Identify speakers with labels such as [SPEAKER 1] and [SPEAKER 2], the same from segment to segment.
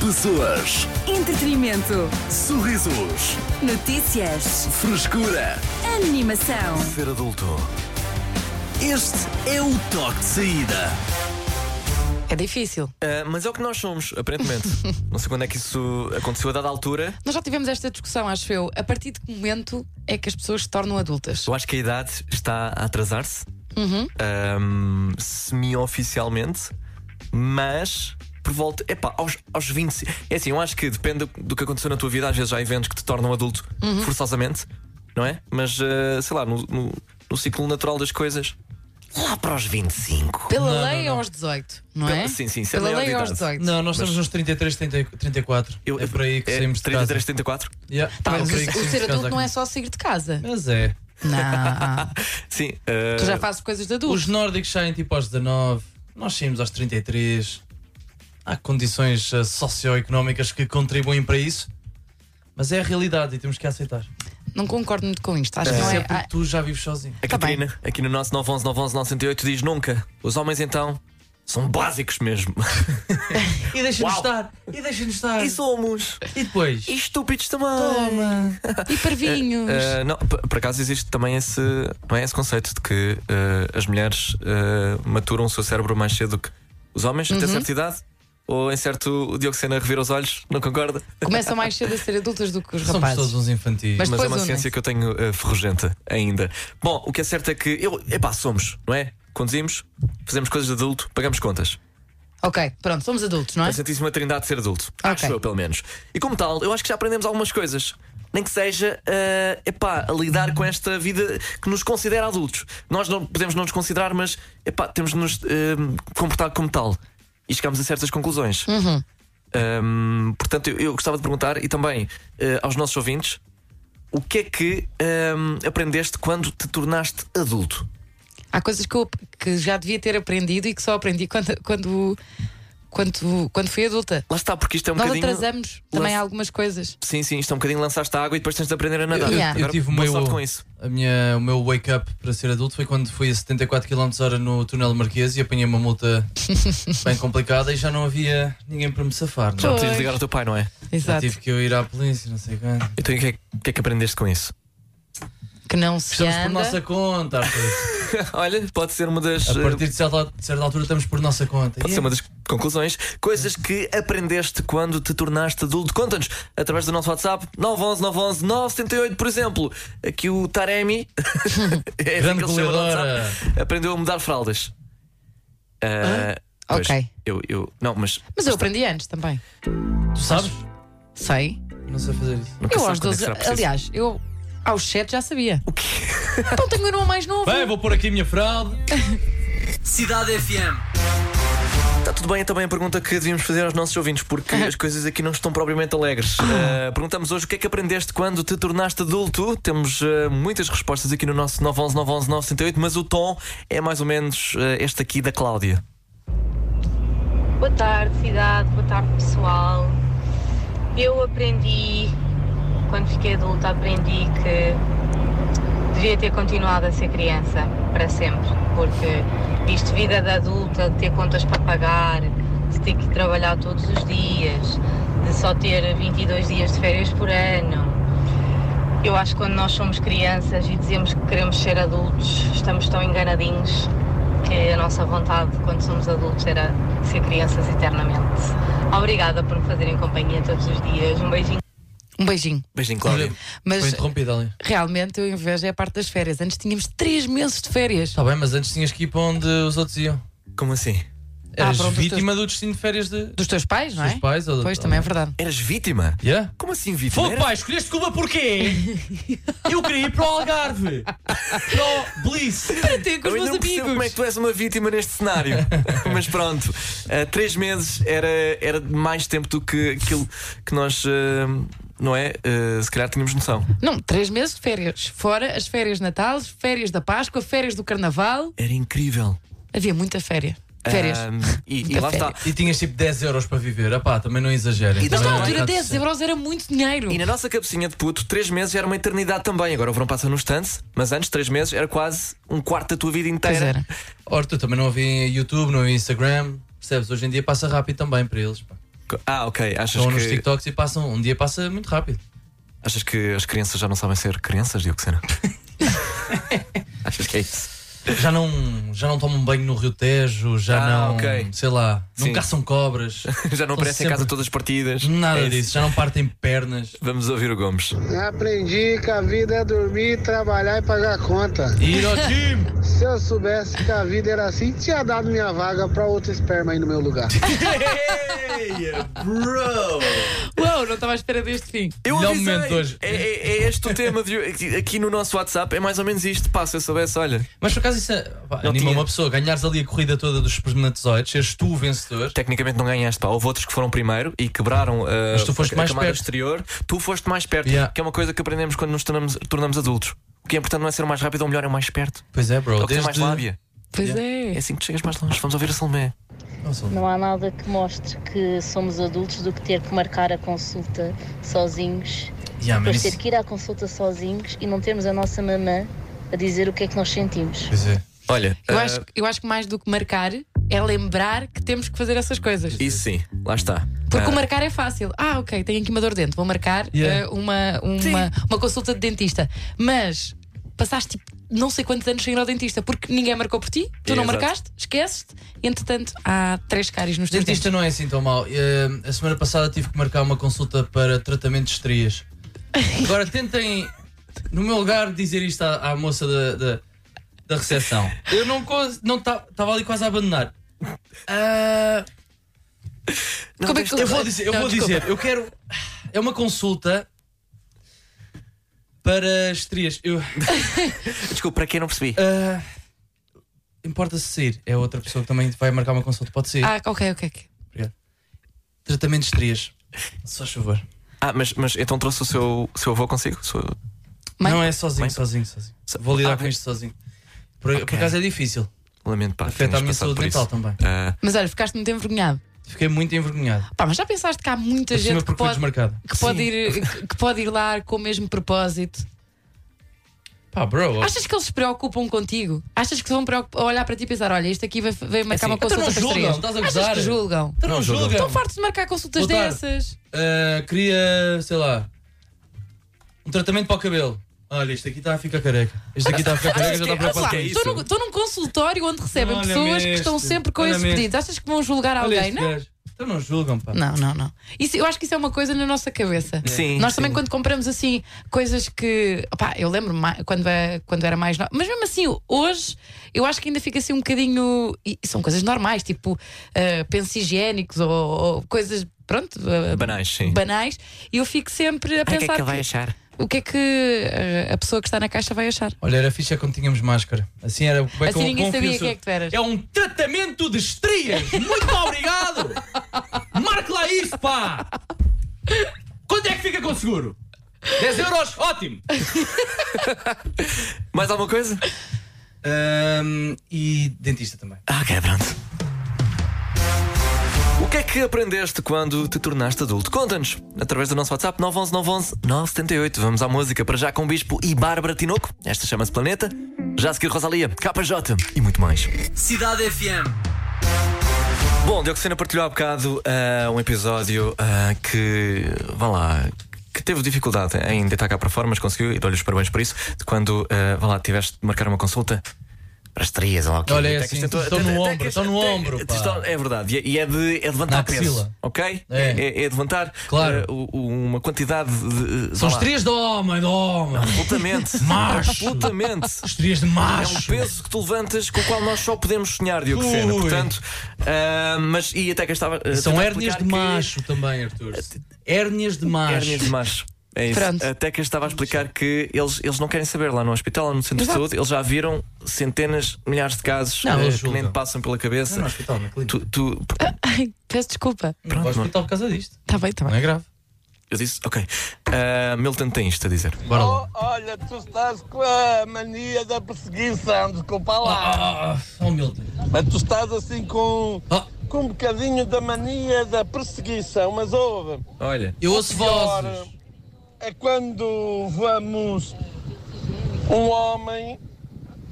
[SPEAKER 1] Pessoas,
[SPEAKER 2] Entretenimento.
[SPEAKER 1] sorrisos,
[SPEAKER 2] Notícias.
[SPEAKER 1] frescura.
[SPEAKER 2] Animação.
[SPEAKER 1] Ser adulto. Este é o toque de saída.
[SPEAKER 3] É difícil.
[SPEAKER 4] Uh, mas é o que nós somos, aparentemente. não sei quando é que isso aconteceu a dada altura.
[SPEAKER 3] Nós já tivemos esta discussão, acho eu. A partir de que momento é que as pessoas se tornam adultas?
[SPEAKER 4] Eu acho que a idade está a atrasar-se,
[SPEAKER 3] Uhum.
[SPEAKER 4] um, semi-oficialmente, mas por volta. Epá, aos, aos 20. É assim, eu acho que depende do que aconteceu na tua vida. Às vezes há eventos que te tornam adulto
[SPEAKER 3] Uhum.
[SPEAKER 4] forçosamente, não é? Mas uh, sei lá, no, no- no ciclo natural das coisas. Lá para os 25.
[SPEAKER 3] Pela lei aos 18, não
[SPEAKER 4] Pela-
[SPEAKER 3] é?
[SPEAKER 4] sim, sim, isso é
[SPEAKER 3] Pela
[SPEAKER 4] maior de
[SPEAKER 3] lei aos
[SPEAKER 4] idade.
[SPEAKER 3] 18.
[SPEAKER 5] Não, nós estamos nos 33, 30, 34. é por aí que
[SPEAKER 4] é
[SPEAKER 5] saímos de
[SPEAKER 4] 33, 34?
[SPEAKER 5] casa. Yeah,
[SPEAKER 3] Tá,
[SPEAKER 5] é
[SPEAKER 3] mas
[SPEAKER 5] por aí que
[SPEAKER 3] o
[SPEAKER 5] saímos
[SPEAKER 3] ser
[SPEAKER 5] de casa
[SPEAKER 3] adulto não é
[SPEAKER 5] aqui.
[SPEAKER 3] só sair de casa.
[SPEAKER 5] Mas é.
[SPEAKER 3] Não.
[SPEAKER 4] Sim.
[SPEAKER 3] tu já tá
[SPEAKER 4] uh,
[SPEAKER 3] fazes coisas de adulto.
[SPEAKER 5] Os nórdicos saem tipo aos 19, nós saímos aos 33. Há condições eh, socioeconómicas que contribuem para isso, mas é a realidade e temos que aceitar.
[SPEAKER 3] Não concordo muito com isto. Acho que não
[SPEAKER 5] Isso
[SPEAKER 3] é.
[SPEAKER 5] é porque tu já vives sozinho.
[SPEAKER 4] A
[SPEAKER 3] Tá bem.
[SPEAKER 4] Catarina, aqui no nosso 911 911 908, diz nunca. Os homens então são básicos mesmo.
[SPEAKER 5] E deixa-nos
[SPEAKER 4] Uau.
[SPEAKER 5] estar, e deixa-nos
[SPEAKER 3] Ah.
[SPEAKER 5] estar.
[SPEAKER 4] e somos.
[SPEAKER 5] E depois?
[SPEAKER 4] E estúpidos também.
[SPEAKER 5] Toma!
[SPEAKER 3] E parvinhos.
[SPEAKER 4] Ah, não, p- por acaso existe também esse, não é esse conceito de que ah, as mulheres ah, maturam o seu cérebro mais cedo que os homens, até
[SPEAKER 3] Uhum.
[SPEAKER 4] certa idade. Ou em certo, o Dioxena revira os olhos, não concorda?
[SPEAKER 3] Começam mais cedo a ser adultas do que os
[SPEAKER 5] Somos
[SPEAKER 3] rapazes.
[SPEAKER 5] todos uns infantis.
[SPEAKER 3] Mas-
[SPEAKER 4] Mas é
[SPEAKER 3] depois
[SPEAKER 4] uma
[SPEAKER 3] unem-se.
[SPEAKER 4] ciência que eu tenho eh, ferrugenta ainda. Bom, o que é certo é que eu, epá, somos, não é? Conduzimos, fazemos coisas de adulto, pagamos contas.
[SPEAKER 3] Ok, pronto, somos adultos, não
[SPEAKER 4] A
[SPEAKER 3] é?
[SPEAKER 4] Santíssima Trindade de ser adulto.
[SPEAKER 3] Ok.
[SPEAKER 4] Acho eu, pelo menos. E como tal, eu acho que já aprendemos algumas coisas. Nem que seja eh, epá, a lidar com esta vida que nos considera adultos. Nós não podemos não nos considerar, mas epá, temos de nos eh, comportar como tal. E chegamos a certas conclusões.
[SPEAKER 3] Uhum.
[SPEAKER 4] Ahm, portanto, eu, eu gostava de perguntar, e também eh, aos nossos ouvintes, o que é que ahm, aprendeste quando te tornaste adulto?
[SPEAKER 3] Há coisas que, eu, que já devia ter aprendido e que só aprendi quando, quando, quando, quando fui adulta.
[SPEAKER 4] Lá está, porque isto é um
[SPEAKER 3] Nós
[SPEAKER 4] bocadinho.
[SPEAKER 3] atrasamos também
[SPEAKER 4] lança-
[SPEAKER 3] algumas coisas.
[SPEAKER 4] Sim, sim, isto é um bocadinho lançaste a água e depois tens de aprender a nadar.
[SPEAKER 3] Eu- eu- eu
[SPEAKER 4] Agora,
[SPEAKER 5] tive o
[SPEAKER 4] boa
[SPEAKER 5] meu-
[SPEAKER 4] sorte com isso.
[SPEAKER 5] A minha, o meu wake-up para ser adulto foi quando fui a 74 km h no túnel Marquês e apanhei uma multa bem complicada e já não havia ninguém para me safar.
[SPEAKER 4] Já
[SPEAKER 5] Não?
[SPEAKER 4] não
[SPEAKER 3] Pois.
[SPEAKER 4] precisas ligar ao teu pai, não é?
[SPEAKER 5] Já
[SPEAKER 3] Exato.
[SPEAKER 5] tive que eu ir à polícia, não sei quando.
[SPEAKER 4] Então, e o que é, o que é que aprendeste com isso?
[SPEAKER 3] Que não se
[SPEAKER 5] Estamos
[SPEAKER 3] anda.
[SPEAKER 5] por nossa conta, Arthur.
[SPEAKER 4] Olha, pode ser uma das.
[SPEAKER 5] A
[SPEAKER 4] eh,
[SPEAKER 5] partir de certa, de certa altura estamos por nossa conta.
[SPEAKER 4] Pode
[SPEAKER 5] E é,
[SPEAKER 4] ser uma das conclusões. Coisas que aprendeste quando te tornaste adulto. Conta-nos através do nosso WhatsApp 911 911 978, por exemplo. Aqui o Taremi, é assim
[SPEAKER 5] Grande
[SPEAKER 4] que ele se chama no
[SPEAKER 5] goleadora.
[SPEAKER 4] WhatsApp, aprendeu a mudar fraldas. Ah, pois,
[SPEAKER 3] Ok.
[SPEAKER 4] Eu, eu, não, mas tá,
[SPEAKER 3] Mas eu aprendi antes também.
[SPEAKER 5] Tu sabes?
[SPEAKER 3] Sei.
[SPEAKER 5] Não sei fazer isso.
[SPEAKER 4] nunca
[SPEAKER 3] Eu
[SPEAKER 4] sabe quando é
[SPEAKER 3] aos
[SPEAKER 4] que
[SPEAKER 3] 12.
[SPEAKER 4] será preciso.
[SPEAKER 3] aliás, eu aos 7 já sabia.
[SPEAKER 4] O é quê?
[SPEAKER 3] Então tenho um irmão mais novo.
[SPEAKER 5] Bem, vou pôr aqui a minha fralda.
[SPEAKER 1] Cidade FM.
[SPEAKER 4] Está tudo bem, é também a pergunta que devíamos fazer aos nossos ouvintes, porque as coisas aqui não estão propriamente alegres. Ah, perguntamos hoje o que é que aprendeste quando te tornaste adulto. Temos ah, muitas respostas aqui no nosso 911 911 908, mas o tom é mais ou menos ah, este aqui da Cláudia.
[SPEAKER 6] Boa tarde, cidade, boa tarde, pessoal. Eu aprendi, quando fiquei adulta, aprendi que devia ter continuado a ser criança para sempre, porque isto, vida de adulta, de ter contas para pagar, de ter que trabalhar todos os dias, de só ter 22 dias de férias por ano. Eu acho que quando nós somos crianças e dizemos que queremos ser adultos, estamos tão enganadinhos que a nossa vontade quando somos adultos era ser crianças eternamente. Obrigada por me fazerem companhia todos os dias. Um beijinho.
[SPEAKER 3] Um beijinho.
[SPEAKER 4] Beijinho, Cláudia.
[SPEAKER 3] Mas
[SPEAKER 5] Foi interrompida ali.
[SPEAKER 3] realmente eu invejo é a parte das férias. Antes tínhamos 3 meses de férias.
[SPEAKER 5] Está Tá bem, mas antes tinhas que ir para onde os outros iam.
[SPEAKER 4] Como assim?
[SPEAKER 5] Eras
[SPEAKER 3] pronto, Ah, os
[SPEAKER 5] vítima do destino de férias de,
[SPEAKER 3] Dos teus pais, não
[SPEAKER 5] dos
[SPEAKER 3] é?
[SPEAKER 5] pais ou
[SPEAKER 3] Pois
[SPEAKER 5] ou-
[SPEAKER 3] também é verdade.
[SPEAKER 4] Eras vítima?
[SPEAKER 5] Yeah?
[SPEAKER 4] Como assim vítima?
[SPEAKER 5] Fogo,
[SPEAKER 4] Era-
[SPEAKER 5] pai, escolheste Cuba porquê? Eu queria ir para o Algarve. Para o Bliss.
[SPEAKER 3] Para ter com os
[SPEAKER 4] Eu
[SPEAKER 3] meus
[SPEAKER 4] não percebo
[SPEAKER 3] amigos.
[SPEAKER 4] como é que tu és uma vítima neste cenário. Mas pronto, ah, três meses era, era mais tempo do que aquilo que nós, ah, não é? Ah, se calhar tínhamos noção.
[SPEAKER 3] Não, 3 meses de férias. Fora as férias de Natal, férias da Páscoa, férias do Carnaval.
[SPEAKER 4] Era incrível.
[SPEAKER 3] Havia muita féria. Férias.
[SPEAKER 4] Ahm, e, e
[SPEAKER 3] Da
[SPEAKER 4] lá está.
[SPEAKER 5] E tinhas tipo 10 euros para viver. Ah pá, também não exagerem.
[SPEAKER 4] E
[SPEAKER 3] Mas
[SPEAKER 4] não
[SPEAKER 3] na
[SPEAKER 4] é
[SPEAKER 3] altura
[SPEAKER 4] nada
[SPEAKER 3] 10 euros era muito dinheiro.
[SPEAKER 4] E na nossa cabecinha de puto, três meses era uma eternidade também. Agora o verão passa no instante, mas antes, três meses era quase um quarto da tua vida
[SPEAKER 3] Pois
[SPEAKER 4] inteira.
[SPEAKER 3] era.
[SPEAKER 5] Horta, também não havia YouTube, não havia Instagram. Percebes? Hoje em dia passa rápido também para eles. pá.
[SPEAKER 4] Ah, ok. Achas
[SPEAKER 5] Estão nos
[SPEAKER 4] que,
[SPEAKER 5] TikToks e passam. Um dia passa muito rápido.
[SPEAKER 4] achas que as crianças já não sabem ser crianças, Dioxena? achas que é isso?
[SPEAKER 5] Já não, já não tomam banho no Rio Tejo, já
[SPEAKER 4] Ah,
[SPEAKER 5] não.
[SPEAKER 4] ok.
[SPEAKER 5] Sei lá, não
[SPEAKER 4] Sim.
[SPEAKER 5] caçam cobras.
[SPEAKER 4] Já não
[SPEAKER 5] Estão
[SPEAKER 4] aparecem em casa
[SPEAKER 5] sempre-
[SPEAKER 4] todas partidas?
[SPEAKER 5] Nada
[SPEAKER 4] É isso.
[SPEAKER 5] disso, já não partem pernas.
[SPEAKER 4] Vamos ouvir o Gomes.
[SPEAKER 7] Aprendi que a vida é dormir, trabalhar e pagar conta.
[SPEAKER 5] Ir ao time!
[SPEAKER 7] Se eu soubesse que a vida era assim, tinha dado minha vaga pra outro esperma aí no meu lugar.
[SPEAKER 3] Uau, não estava à espera deste fim.
[SPEAKER 4] Eu
[SPEAKER 5] Melhor
[SPEAKER 4] avisei.
[SPEAKER 5] momento hoje.
[SPEAKER 4] É, é- é este o tema de- aqui- aqui no nosso WhatsApp. É mais ou menos isto. Pá, se eu soubesse, olha,
[SPEAKER 5] Mas por acaso isso é- pá,
[SPEAKER 4] Não
[SPEAKER 5] anima
[SPEAKER 4] tinha.
[SPEAKER 5] uma pessoa, ganhares ali a corrida toda dos espermatozoides, seres tu o vencedor.
[SPEAKER 4] tecnicamente não ganhaste. Pá. Houve outros que foram primeiro e quebraram uh,
[SPEAKER 5] Mas tu foste
[SPEAKER 4] a
[SPEAKER 5] mais
[SPEAKER 4] camada
[SPEAKER 5] perto.
[SPEAKER 4] exterior. Tu foste mais perto,
[SPEAKER 5] Yeah.
[SPEAKER 4] que é uma coisa que aprendemos quando nos tornamos, tornamos adultos. O que é importante não é ser o mais rápido ou melhor, é o mais perto.
[SPEAKER 5] Pois é,
[SPEAKER 4] É
[SPEAKER 5] bro.
[SPEAKER 4] o que tem mais lábia.
[SPEAKER 3] Pois é.
[SPEAKER 4] É assim que chegas mais longe. Vamos ouvir a Salomé.
[SPEAKER 5] Nossa,
[SPEAKER 8] Não há nada que mostre que somos adultos do que ter que marcar a consulta sozinhos.
[SPEAKER 5] yeah, man,
[SPEAKER 8] Depois
[SPEAKER 5] isso-
[SPEAKER 8] ter que ir à consulta sozinhos e não termos a nossa mamã a dizer o que é que nós sentimos.
[SPEAKER 5] Pois é.
[SPEAKER 4] Olha,
[SPEAKER 3] Eu,
[SPEAKER 4] uh,
[SPEAKER 3] acho, eu acho que mais do que marcar é lembrar que temos que fazer essas coisas.
[SPEAKER 4] isso sim, lá está.
[SPEAKER 3] Porque
[SPEAKER 4] Ah,
[SPEAKER 3] o marcar é fácil. Ah, ok, tenho aqui uma dor de dente, vou marcar
[SPEAKER 5] Yeah.
[SPEAKER 3] eh, uma, uma, uma consulta de dentista. Mas passaste tipo, não sei quantos anos sem ir ao dentista porque ninguém marcou por ti, tu
[SPEAKER 4] É,
[SPEAKER 3] não
[SPEAKER 4] exato.
[SPEAKER 3] marcaste, esqueces-te, entretanto há três cáries nos
[SPEAKER 5] O dentista
[SPEAKER 3] teus
[SPEAKER 5] não é assim tão mau. Eh, a semana passada tive que marcar uma consulta para tratamento de estrias. Agora tentem, no meu lugar, dizer isto à, à moça da, da, da recepção. Eu não estava não, ta- tava ali quase a abandonar. Ah,
[SPEAKER 3] dentes. Como é que
[SPEAKER 5] eu vou dizer, eu
[SPEAKER 3] Não,
[SPEAKER 5] vou
[SPEAKER 3] desculpa.
[SPEAKER 5] dizer, eu quero. É uma consulta para estrias. Eu,
[SPEAKER 4] Desculpa, para quem não percebi.
[SPEAKER 5] ah, Importa-se sair. É outra pessoa que também vai marcar uma consulta. Pode sair.
[SPEAKER 3] Ah, ok, ok. ok.
[SPEAKER 5] Tratamento de estrias. Só chover.
[SPEAKER 4] Ah, mas, mas então trouxe o seu, seu avô consigo? O seu-
[SPEAKER 3] Mãe?
[SPEAKER 5] Não é sozinho,
[SPEAKER 4] Mãe?
[SPEAKER 5] sozinho, sozinho.
[SPEAKER 4] So-
[SPEAKER 5] Vou lidar
[SPEAKER 4] Ah,
[SPEAKER 5] com
[SPEAKER 4] bem.
[SPEAKER 5] isto sozinho. Por, por
[SPEAKER 4] Ok.
[SPEAKER 5] acaso é difícil.
[SPEAKER 4] Lamento, pá.
[SPEAKER 5] Afeta a
[SPEAKER 4] tenhas
[SPEAKER 5] minha
[SPEAKER 4] passado
[SPEAKER 5] saúde
[SPEAKER 4] por isso.
[SPEAKER 5] mental também.
[SPEAKER 4] Ah,
[SPEAKER 3] Mas olha, ficaste muito envergonhado.
[SPEAKER 5] Fiquei muito envergonhado.
[SPEAKER 3] Pá, mas já pensaste que há muita
[SPEAKER 5] Por cima
[SPEAKER 3] gente que
[SPEAKER 5] porque fui
[SPEAKER 3] pode,
[SPEAKER 5] desmarcado.
[SPEAKER 3] que, pode ir, que- que pode ir lá com o mesmo propósito?
[SPEAKER 5] Pá, bro.
[SPEAKER 3] Achas que eles se preocupam contigo? Achas que vão preocup- olhar para ti e pensar: olha, este aqui vai, vai
[SPEAKER 4] assim,
[SPEAKER 3] marcar uma consulta
[SPEAKER 5] então não
[SPEAKER 3] para
[SPEAKER 5] julgam,
[SPEAKER 3] estrelas?
[SPEAKER 5] estás a
[SPEAKER 3] Achas
[SPEAKER 5] gozar?
[SPEAKER 3] que julgam?
[SPEAKER 5] Então não
[SPEAKER 4] Não julga.
[SPEAKER 5] julga.
[SPEAKER 3] Estão fartos de marcar consultas
[SPEAKER 5] Boa tarde.
[SPEAKER 3] dessas.
[SPEAKER 5] Ah, queria, sei lá, um tratamento para o cabelo. Olha, isto aqui está a ficar careca. Isto aqui está a ficar careca, já está
[SPEAKER 4] Olha
[SPEAKER 5] preocupado
[SPEAKER 4] lá,
[SPEAKER 5] com isso.
[SPEAKER 3] é Estou num, estou num consultório onde recebem
[SPEAKER 5] Olha-me
[SPEAKER 3] pessoas que estão
[SPEAKER 5] este,
[SPEAKER 3] sempre com esses
[SPEAKER 5] olha-me
[SPEAKER 3] pedidos. Achas que vão julgar
[SPEAKER 5] Olha
[SPEAKER 3] alguém, né?
[SPEAKER 5] este
[SPEAKER 3] não?
[SPEAKER 5] gajo. Então não julgam, pá.
[SPEAKER 3] Não, não, não. Isso, eu acho que isso é uma coisa na nossa cabeça.
[SPEAKER 4] É. Sim,
[SPEAKER 3] Nós
[SPEAKER 4] sim.
[SPEAKER 3] também, quando compramos assim coisas que. Opá, eu lembro quando, é- quando era mais. No... Mas mesmo assim, hoje, eu acho que ainda fica assim um bocadinho. e são coisas normais, tipo ah, pensos higiênicos ou, ou coisas. Pronto. ah,
[SPEAKER 4] Banais, sim.
[SPEAKER 3] Banais. E eu fico sempre a
[SPEAKER 4] Ai, o que é
[SPEAKER 3] pensar.
[SPEAKER 4] que ele vai achar?
[SPEAKER 3] o que é que ah, a pessoa que está na caixa vai achar?
[SPEAKER 5] Olha, era ficha quando tínhamos máscara. Assim era bem
[SPEAKER 3] Assim ninguém sabia quem é que tu eras.
[SPEAKER 5] É um tratamento de estrias! Muito obrigado! Marque lá isso, pá! Quanto é que fica com o seguro? 10 euros? Ótimo!
[SPEAKER 4] Mais alguma coisa?
[SPEAKER 5] Ahm, e dentista também.
[SPEAKER 4] Ah, ok, pronto. O que é que aprendeste quando te tornaste adulto? Conta-nos através do nosso WhatsApp 911 911 978. Vamos à música para já com Bispo e Bárbara Tinoco. Esta chama-se Planeta. Já a seguir Rosalia, KJ e muito mais.
[SPEAKER 1] Cidade FM.
[SPEAKER 4] Bom, Diocesana partilhou há bocado ah, um episódio ah, que, vá lá, que teve dificuldade em deitar cá para fora, mas conseguiu, e dou-lhe os parabéns por isso, de quando, ah, vá lá, tiveste de marcar uma consulta para as trias, ou lá o quê.
[SPEAKER 5] Olha, é
[SPEAKER 4] Até que
[SPEAKER 5] assim,
[SPEAKER 4] isto to-
[SPEAKER 5] estou no
[SPEAKER 4] até- até
[SPEAKER 5] ombro,
[SPEAKER 4] que isto-
[SPEAKER 5] estou no
[SPEAKER 4] até-
[SPEAKER 5] ombro, pá.
[SPEAKER 4] isto É verdade, e e é de, é de levantar
[SPEAKER 5] Na
[SPEAKER 4] peso,
[SPEAKER 5] axila.
[SPEAKER 4] ok?
[SPEAKER 5] É.
[SPEAKER 4] é, é de levantar
[SPEAKER 5] Claro.
[SPEAKER 4] ah, o- o- uma quantidade de... eh, vá
[SPEAKER 5] São
[SPEAKER 4] lá,
[SPEAKER 5] estrias de homem, de homem!
[SPEAKER 4] Absolutamente.
[SPEAKER 5] Macho.
[SPEAKER 4] Absolutamente.
[SPEAKER 5] Estrias de
[SPEAKER 4] É um
[SPEAKER 5] macho!
[SPEAKER 4] peso que tu levantas com o qual nós só podemos sonhar, Diogo Sena.
[SPEAKER 5] Ui.
[SPEAKER 4] Portanto, ah, mas e até que eu estava. ah,
[SPEAKER 5] São
[SPEAKER 4] tentar
[SPEAKER 5] hérnias de
[SPEAKER 4] explicar que-
[SPEAKER 5] macho também, Arthur. Hérnias de macho.
[SPEAKER 4] Hérnias de macho. É isso.
[SPEAKER 3] Pronto.
[SPEAKER 4] Até que eu estava a explicar que eles, eles não querem saber lá no hospital, lá no centro
[SPEAKER 3] Exato.
[SPEAKER 4] de saúde, eles já viram centenas, milhares de casos
[SPEAKER 5] Não,
[SPEAKER 4] eh,
[SPEAKER 5] eles
[SPEAKER 4] que nem
[SPEAKER 5] julgam.
[SPEAKER 4] te passam pela
[SPEAKER 5] Não,
[SPEAKER 4] cabeça.
[SPEAKER 5] no hospital, na clínica.
[SPEAKER 4] Tu, tu-
[SPEAKER 3] Ai, peço desculpa.
[SPEAKER 5] Não vais ao hospital por causa disto.
[SPEAKER 3] Está bem, está
[SPEAKER 5] Não
[SPEAKER 3] bem.
[SPEAKER 5] é grave.
[SPEAKER 4] eu disse, ok. Ah, Milton tem isto a dizer.
[SPEAKER 5] Bora lá.
[SPEAKER 7] Oh, olha, tu estás com a mania da perseguição, desculpa
[SPEAKER 5] Ah, ah, ah, oh, Milton.
[SPEAKER 7] Mas tu estás assim com,
[SPEAKER 5] Ah,
[SPEAKER 7] com um bocadinho da mania da perseguição, mas ouve.
[SPEAKER 4] Olha,
[SPEAKER 5] eu ouço
[SPEAKER 7] pior
[SPEAKER 5] vozes.
[SPEAKER 7] É quando vamos. Um homem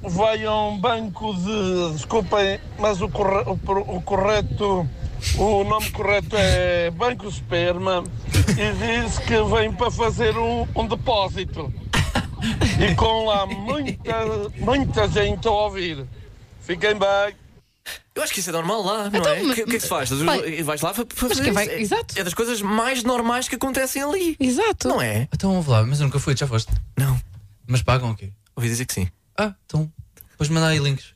[SPEAKER 7] vai a um banco de. Desculpem, mas o, corre- o pro- o correto
[SPEAKER 9] O nome correto é Banco Esperma e diz que vem para fazer um, um depósito. E com lá muita, muita gente a ouvir. Fiquem bem.
[SPEAKER 4] Eu acho que isso é normal lá, não
[SPEAKER 3] Então,
[SPEAKER 4] é? O
[SPEAKER 3] mas-
[SPEAKER 4] que, o que é que se faz?
[SPEAKER 3] Bem,
[SPEAKER 4] vais lá para para fazer
[SPEAKER 3] quem vai-
[SPEAKER 4] isso. É-
[SPEAKER 3] exato.
[SPEAKER 4] É das coisas mais normais que acontecem ali.
[SPEAKER 3] Exato.
[SPEAKER 4] Não é?
[SPEAKER 5] Então vamos lá, mas eu nunca fui, já foste.
[SPEAKER 4] Não.
[SPEAKER 5] Mas pagam o quê?
[SPEAKER 4] Ouvi dizer que sim.
[SPEAKER 5] Ah, então, depois mandar aí links.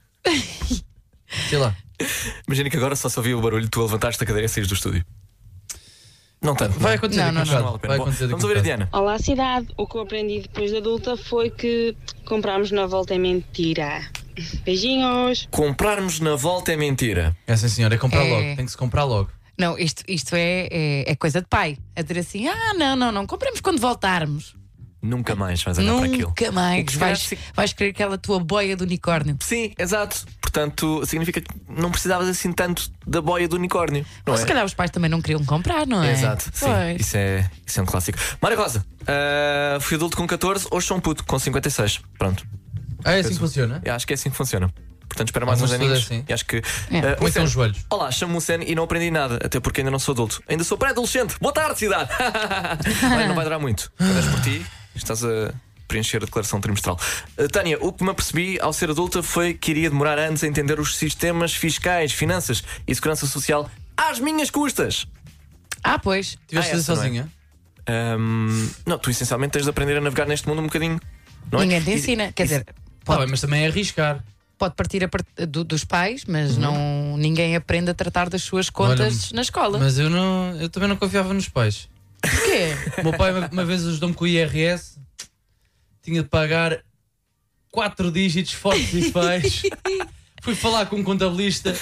[SPEAKER 5] Sei lá.
[SPEAKER 4] Imagina que agora só se ouvia o barulho de tu levantaste a cadeira e saíres do estúdio. Não tanto.
[SPEAKER 5] Vai acontecer
[SPEAKER 3] Não,
[SPEAKER 5] daqui a
[SPEAKER 3] não,
[SPEAKER 4] Mas não vale a
[SPEAKER 5] bocado.
[SPEAKER 4] pena.
[SPEAKER 5] Vai
[SPEAKER 4] Bom,
[SPEAKER 5] acontecer um daqui
[SPEAKER 4] Vamos
[SPEAKER 5] a
[SPEAKER 4] ouvir a
[SPEAKER 5] bocado.
[SPEAKER 4] Diana.
[SPEAKER 10] Olá, cidade. O que eu aprendi depois de adulta foi que comprarmos na volta é mentira. Beijinhos.
[SPEAKER 4] Comprarmos na volta é mentira.
[SPEAKER 5] É sim, senhora, é comprar
[SPEAKER 3] É.
[SPEAKER 5] logo. Tem que se comprar logo.
[SPEAKER 3] Não, isto, isto é, é, é coisa de pai. A dizer assim: ah, não, não, não, compramos quando voltarmos.
[SPEAKER 4] Nunca mais vais andar para aquilo.
[SPEAKER 3] Nunca
[SPEAKER 4] O que
[SPEAKER 3] mais
[SPEAKER 4] se
[SPEAKER 3] vais,
[SPEAKER 4] calhar
[SPEAKER 3] vais querer aquela tua boia do unicórnio.
[SPEAKER 4] Sim, exato. Portanto, significa que não precisavas assim tanto da boia do unicórnio. Não
[SPEAKER 3] Ou se
[SPEAKER 4] é?
[SPEAKER 3] calhar os pais também não queriam comprar, não é?
[SPEAKER 4] Exato, sim.
[SPEAKER 3] Pois.
[SPEAKER 4] Isso é, isso é um clássico. Mário Rosa, ah, fui adulto com 14, hoje sou um puto com 56. Pronto.
[SPEAKER 5] Ah, é assim que funciona?
[SPEAKER 4] Eu acho que é assim que funciona. Portanto, espera mais
[SPEAKER 5] Algumas
[SPEAKER 4] uns aninhos.
[SPEAKER 5] pessoas assim.
[SPEAKER 4] E acho que.
[SPEAKER 3] É.
[SPEAKER 4] ah,
[SPEAKER 5] Como é que são os joelhos?
[SPEAKER 4] Olá, chamo-me Lucene e não aprendi nada, até porque ainda não sou adulto. Ainda sou pré-adolescente. Boa tarde, cidade! Olha, não vai durar muito. Mas por ti, estás a preencher a declaração trimestral. Uh, Tânia, o que me apercebi ao ser adulta foi que iria demorar anos a entender os sistemas fiscais, finanças e segurança social às minhas custas.
[SPEAKER 3] Ah, pois.
[SPEAKER 5] Tiveste
[SPEAKER 4] Ah,
[SPEAKER 5] de fazer
[SPEAKER 4] essa não é.
[SPEAKER 5] sozinha?
[SPEAKER 4] Ahm, não, tu essencialmente tens de aprender a navegar neste mundo um bocadinho. Não é?
[SPEAKER 3] Ninguém te
[SPEAKER 4] E-
[SPEAKER 3] ensina. Quer dizer,
[SPEAKER 5] Tá
[SPEAKER 3] pode,
[SPEAKER 5] bem, mas também é arriscar.
[SPEAKER 3] pode partir a part- do- dos pais,
[SPEAKER 4] Uhum.
[SPEAKER 3] mas não, ninguém aprende a tratar das suas contas
[SPEAKER 5] Olha,
[SPEAKER 3] na escola.
[SPEAKER 5] Mas eu, não, eu também não confiava nos pais.
[SPEAKER 3] Porquê?
[SPEAKER 5] O meu pai uma, uma vez ajudou-me com o IRS, tinha de pagar quatro dígitos fortes e feios. Fui falar com um contabilista,